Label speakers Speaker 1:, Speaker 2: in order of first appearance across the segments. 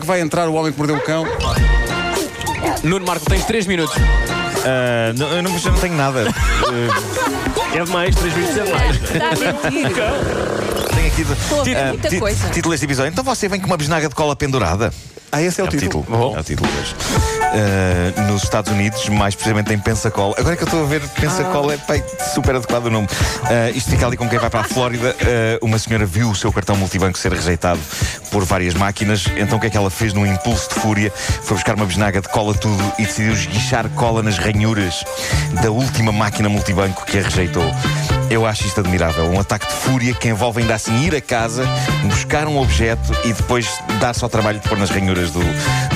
Speaker 1: que vai entrar o homem que mordeu o cão?
Speaker 2: Nuno Marco, tens 3 minutos.
Speaker 3: Ah, não, eu não, já não tenho nada. Ah,
Speaker 2: É demais, 3 minutos é demais.
Speaker 4: Está a mentir.
Speaker 3: tenho aqui. de-
Speaker 4: Toda,
Speaker 3: ah,
Speaker 4: muita
Speaker 3: ti-
Speaker 4: coisa.
Speaker 3: Título deste episódio. Então você vem com uma bisnaga de cola pendurada.
Speaker 1: Ah, esse é o título.
Speaker 3: É o título hoje. Ah, nos Estados Unidos, mais precisamente em Pensacola. Agora é que eu estou a ver, Pensacola é pai, super adequado o nome. Ah, isto fica ali com quem vai para a Flórida. Ah, uma senhora viu o seu cartão multibanco ser rejeitado por várias máquinas. Então o que é que ela fez num impulso de fúria? Foi buscar uma bisnaga de cola tudo e decidiu esguichar cola nas ranhuras da última máquina multibanco que a rejeitou. Eu acho isto admirável. Um ataque de fúria que envolve ainda assim ir a casa, buscar um objeto e depois dar-se ao trabalho de pôr nas ranhuras do,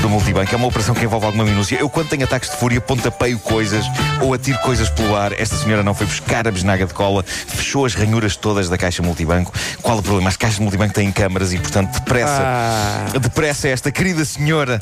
Speaker 3: do multibanco. É uma operação que envolve alguma minúcia. Eu, quando tenho ataques de fúria, pontapeio coisas ou atiro coisas pelo ar. Esta senhora não foi buscar a besnaga de cola, fechou as ranhuras todas da caixa multibanco. Qual o problema? As caixas multibanco têm câmaras e, portanto, depressa.
Speaker 2: Ah.
Speaker 3: Ah. Depressa, esta querida senhora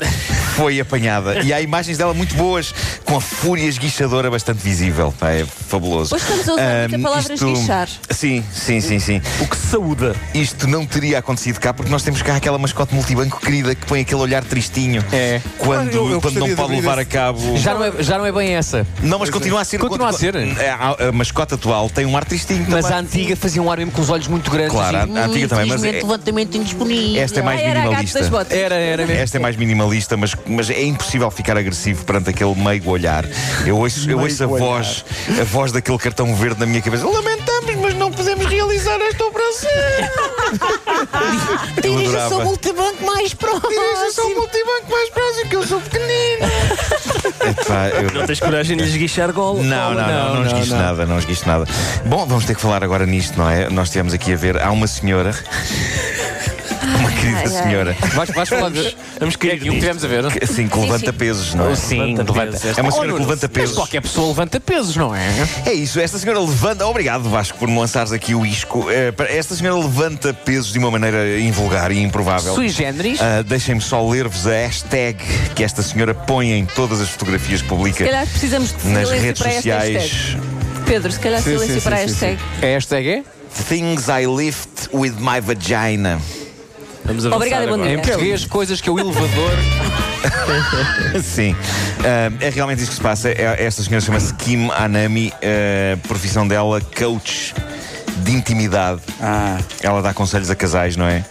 Speaker 3: foi apanhada. E há imagens dela muito boas, com a fúria esguichadora bastante visível. Pá, É fabuloso.
Speaker 4: Hoje estamos a usar muita
Speaker 3: Ahm,
Speaker 4: palavra esguichar.
Speaker 3: Sim, sim, sim, sim.
Speaker 2: O que saúda.
Speaker 3: Isto não teria acontecido cá porque nós temos cá aquela mascote multibanco querida que põe aquele olhar tristinho
Speaker 2: É.
Speaker 3: quando,
Speaker 1: Ah, eu- eu
Speaker 3: quando não
Speaker 1: gostaria de
Speaker 3: pode
Speaker 1: abrir
Speaker 3: levar
Speaker 1: esse-
Speaker 3: a cabo.
Speaker 2: Já não é, já não é bem essa.
Speaker 3: Não, mas continua a ser. É,
Speaker 2: Continua a ser.
Speaker 3: A, a mascote atual tem um ar tristinho
Speaker 2: Mas a
Speaker 3: também.
Speaker 2: antiga fazia um ar mesmo com os olhos muito grandes.
Speaker 3: Claro,
Speaker 2: assim.
Speaker 3: a, a antiga também, mas é-
Speaker 5: levantamento indisponível.
Speaker 3: esta é
Speaker 4: Ah,
Speaker 3: mais
Speaker 4: era a gato das
Speaker 3: minimalista.
Speaker 4: botas.
Speaker 2: Era, era mesmo.
Speaker 3: Esta é mais minimalista, mas, mas é impossível ficar agressivo perante aquele meio olhar. Eu ouço, eu ouço a voz, a voz daquele cartão verde na minha cabeça. Lamentamos, mas não podemos realizar esta operação. Eu
Speaker 5: Dirija-se ao
Speaker 3: adorava.
Speaker 5: multibanco mais próximo.
Speaker 3: Dirija-se ao multibanco mais próximo, que eu sou pequenino. Epá, eu...
Speaker 6: Não tens coragem de lhes guichar gola.
Speaker 3: Não, não, não, não, esguicho nada, não esguicho nada. Bom, vamos ter que falar agora nisto, não é? Nós estivemos aqui a ver, há uma senhora, uma querida
Speaker 4: ai, ai.
Speaker 3: senhora,
Speaker 2: Vais, vais falar de.
Speaker 6: Vamos
Speaker 2: É
Speaker 6: cair
Speaker 2: que o que
Speaker 6: nisto.
Speaker 2: tivemos a ver.
Speaker 3: que, assim, que levanta pesos, não é?
Speaker 2: Sim,
Speaker 6: Levanta
Speaker 2: levanta.
Speaker 6: pesos.
Speaker 3: É uma senhora
Speaker 2: Oh,
Speaker 3: que
Speaker 2: Nuno,
Speaker 3: levanta
Speaker 2: Mas
Speaker 3: pesos.
Speaker 2: qualquer pessoa levanta pesos, não é?
Speaker 3: É isso, esta senhora levanta. Obrigado, Vasco, por me lançares aqui o isco. Eh, para- Esta senhora levanta pesos de uma maneira invulgar e improvável.
Speaker 2: Sui generis.
Speaker 3: Ah, Deixem-me só ler-vos a hashtag que esta senhora põe em todas as fotografias que publica
Speaker 4: Se calhar precisamos de
Speaker 3: nas
Speaker 4: silêncio
Speaker 3: redes
Speaker 4: para esta hashtag.
Speaker 3: sociais.
Speaker 4: Pedro, se calhar
Speaker 1: Sim,
Speaker 4: silêncio
Speaker 1: sim, sim,
Speaker 4: para a
Speaker 1: sim,
Speaker 4: hashtag.
Speaker 2: Hashtag é?
Speaker 3: Things I lift with my vagina.
Speaker 6: Vamos avançar
Speaker 4: Obrigada, bom
Speaker 6: agora.
Speaker 4: dia.
Speaker 2: Em
Speaker 1: É
Speaker 2: português, coisas que é o elevador.
Speaker 3: Sim. Ah, é realmente isso que se passa. É- Esta senhora chama-se Kim Anami, ah, profissão dela, coach de intimidade.
Speaker 1: Ah.
Speaker 3: Ela dá conselhos a casais, não é?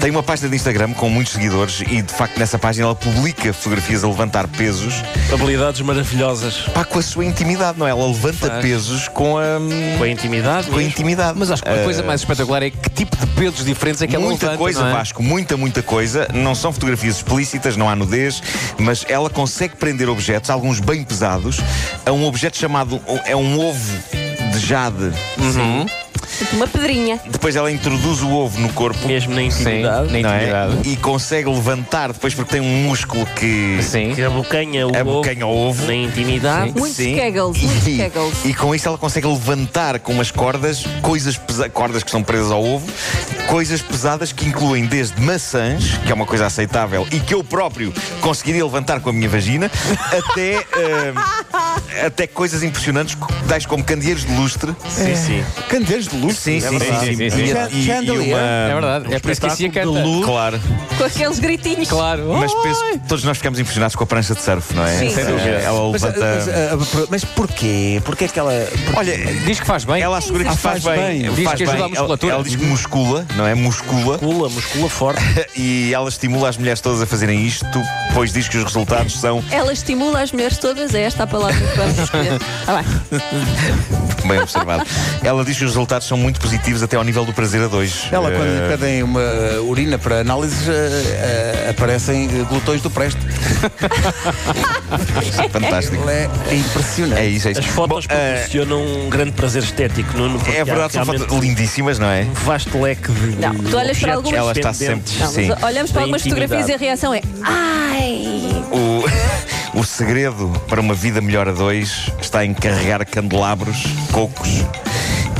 Speaker 3: Tem uma página de Instagram com muitos seguidores e, de facto, nessa página ela publica fotografias a levantar pesos,
Speaker 6: Habilidades maravilhosas.
Speaker 3: pá, com a sua intimidade, não é? Ela levanta
Speaker 6: Faz.
Speaker 3: pesos com a,
Speaker 6: Com a intimidade.
Speaker 3: com a intimidade.
Speaker 2: Mas acho que a
Speaker 3: Ah,
Speaker 2: coisa mais espetacular é que tipo de pesos diferentes é que ela
Speaker 3: muita
Speaker 2: levanta.
Speaker 3: coisa,
Speaker 2: não é?
Speaker 3: Vasco, muita, muita coisa. Não são fotografias explícitas, não há nudez, mas ela consegue prender objetos, alguns bem pesados, a um objeto chamado. é um ovo de jade.
Speaker 4: Uma pedrinha.
Speaker 3: Depois ela introduz o ovo no corpo.
Speaker 2: É.
Speaker 6: Mesmo na intimidade.
Speaker 2: Sim, na
Speaker 3: não é?
Speaker 2: intimidade.
Speaker 3: E consegue levantar depois porque tem um músculo que
Speaker 2: Sim.
Speaker 6: Que abocanha o
Speaker 3: abocanha o ovo.
Speaker 6: Na intimidade.
Speaker 4: Muitos kegels,
Speaker 3: e,
Speaker 4: muitos kegels.
Speaker 3: E com isso ela consegue levantar com umas cordas, coisas pesa- cordas que são presas ao ovo, coisas pesadas que incluem desde maçãs, que é uma coisa aceitável e que eu próprio conseguiria levantar com a minha vagina, até, eh, até coisas impressionantes, co- tais como candeeiros de lustre.
Speaker 6: Sim, sim.
Speaker 1: Candeeiros de luz.
Speaker 3: Sim, sim,
Speaker 6: verdade.
Speaker 3: sim, sim.
Speaker 6: Sim, sim,
Speaker 1: sim.
Speaker 3: E- eh, e- e
Speaker 1: Chandelier.
Speaker 3: uma-
Speaker 2: É verdade. É por isso que assim a
Speaker 6: espetáculo
Speaker 2: canta.
Speaker 6: de luz.
Speaker 3: Claro.
Speaker 4: Com aqueles gritinhos.
Speaker 2: Claro.
Speaker 3: Mas
Speaker 2: Oh,
Speaker 3: penso que todos nós ficamos impressionados com a prancha de surf, não é?
Speaker 4: Sim. Sem
Speaker 2: dúvida.
Speaker 3: Eh, Ela
Speaker 7: Mas,
Speaker 3: levanta.
Speaker 7: mas, ah, ah, mas porquê? Porquê é que ela.
Speaker 3: Olha,
Speaker 2: Diz que faz bem.
Speaker 3: Ela assegura que
Speaker 1: Ah,
Speaker 3: isto faz,
Speaker 1: faz
Speaker 3: bem.
Speaker 1: bem.
Speaker 2: Diz
Speaker 3: Faz
Speaker 2: que ajuda
Speaker 3: bem.
Speaker 2: a musculatura.
Speaker 3: Ela, ela diz que muscula, não é? Muscula.
Speaker 6: Muscula, muscula forte.
Speaker 3: E ela estimula as mulheres todas a fazerem isto, pois diz que os resultados são
Speaker 4: Ela estimula as mulheres todas, é esta a palavra que vamos escolher. Ah, bem.
Speaker 3: bem observado. ela diz que os resultados são muito positivos até ao nível do prazer a dois.
Speaker 1: Ela, quando lhe
Speaker 3: Eh,
Speaker 1: pedem uma eh, urina para análises, eh, eh, aparecem eh, glutões do preste.
Speaker 3: isso é fantástico.
Speaker 1: Ela é impressionante.
Speaker 3: É isso, é isso.
Speaker 6: As fotos
Speaker 3: Bom, eh,
Speaker 6: proporcionam um grande prazer estético, Nuno. porque
Speaker 3: é
Speaker 6: há
Speaker 3: verdade, são
Speaker 6: realmente
Speaker 3: fotos lindíssimas, não é?
Speaker 6: Um vasto leque de.
Speaker 4: Não, tu olhas para algumas-
Speaker 3: Ela está sempre-
Speaker 4: Não,
Speaker 3: Sim.
Speaker 4: mas olhamos para
Speaker 6: Da
Speaker 4: algumas fotografias e a
Speaker 6: intimidade.
Speaker 4: reação é Ai!
Speaker 3: O, o segredo para uma vida melhor a dois está em carregar candelabros, cocos.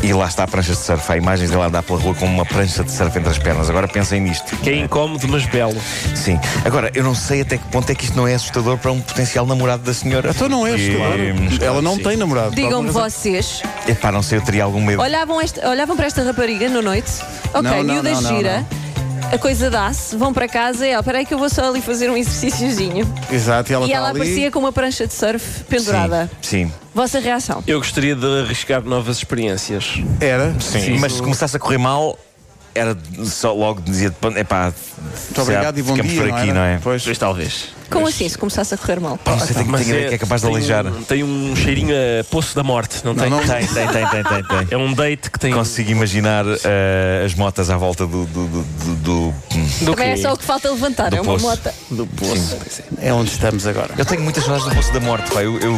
Speaker 3: E lá está a prancha de surf. Há imagens dela andar pela rua com uma prancha de surf entre as pernas. Agora pensem nisto.
Speaker 6: Que é incómodo, mas belo.
Speaker 3: Sim. Agora, eu não sei até que ponto é que isto não é assustador para um potencial namorado da senhora.
Speaker 1: Então não é
Speaker 3: Porque,
Speaker 1: assustador. Ela não tem namorado.
Speaker 4: Digam-me
Speaker 1: Por alguma
Speaker 4: vocês,
Speaker 3: Epá, não sei, eu teria algum medo.
Speaker 4: olhavam, esta- olhavam para esta rapariga na noite? Ok,
Speaker 1: Não, não,
Speaker 4: miúda
Speaker 1: não, não,
Speaker 4: gira. a coisa dá-se, vão para casa é, e ela, peraí que eu vou só ali fazer um exercíciozinho.
Speaker 1: Exato, e ela
Speaker 4: e
Speaker 1: está
Speaker 4: ela
Speaker 1: ali.
Speaker 4: aparecia com uma prancha de surf pendurada.
Speaker 3: Sim. sim.
Speaker 4: Vossa reação?
Speaker 6: Eu gostaria de arriscar novas experiências.
Speaker 1: Era.
Speaker 3: Sim. Mas se começasse a correr mal, era só logo dizia é pá,
Speaker 1: Muito obrigado e bom
Speaker 3: ficamos
Speaker 1: dia.
Speaker 3: por aqui,
Speaker 1: era?
Speaker 3: não é?
Speaker 1: Pois.
Speaker 6: talvez.
Speaker 4: Como assim, se começasse a correr mal?
Speaker 3: Pá, não sei, tenho,
Speaker 6: Mas
Speaker 3: tenho a ideia que é capaz de
Speaker 6: tem
Speaker 3: aleijar.
Speaker 6: um- Tem um cheirinho a poço da morte, não, tem?
Speaker 1: não.
Speaker 3: Tem, tem, tem, tem, tem, tem.
Speaker 6: É um date que tem.
Speaker 3: Consigo imaginar eh, as motas à volta do. do, do, do, hum. do-
Speaker 2: Do
Speaker 4: Também é
Speaker 2: quê?
Speaker 4: só o que falta levantar,
Speaker 3: Do
Speaker 4: é uma
Speaker 3: poço.
Speaker 4: mota.
Speaker 1: É onde estamos agora.
Speaker 3: Eu tenho muitas saudades do Poço da Morte, pá. Eu, eu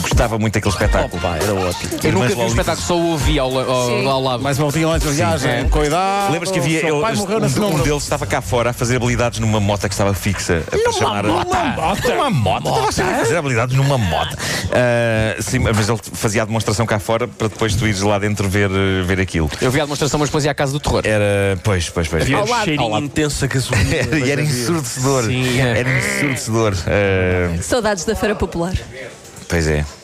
Speaker 3: gostava muito daquele espetáculo.
Speaker 6: era ótimo.
Speaker 2: Eu nunca vi um
Speaker 3: Irmãs
Speaker 2: espetáculo, só o ouvi ao, la- ao,
Speaker 4: Sim.
Speaker 2: ao lado.
Speaker 1: Mais uma vinhão antes da viagem.
Speaker 2: É.
Speaker 1: Cuidado.
Speaker 3: Lembras que havia.
Speaker 1: Ah, seu
Speaker 3: eu-
Speaker 1: pai morreu na
Speaker 3: um, um
Speaker 1: cenoura.
Speaker 3: deles estava cá fora a fazer habilidades numa moto que estava fixa. A numa chamar, moto? Numa moto?
Speaker 1: Então
Speaker 3: Estava sempre a fazer habilidades numa moto. Ah, sim, mas ele fazia a demonstração cá fora para depois tu ires lá dentro ver, eh, ver aquilo.
Speaker 2: Eu vi a demonstração, mas depois ia à casa do terror.
Speaker 3: Era. Pois, pois, pois.
Speaker 6: Havia
Speaker 3: Era,
Speaker 6: um cheirinho intenso a gasolina.
Speaker 3: e era ensurdecedor.
Speaker 2: Sim, é.
Speaker 3: Era ensurdecedor. Ah,
Speaker 4: Saudades da Feira Popular.
Speaker 3: pois é.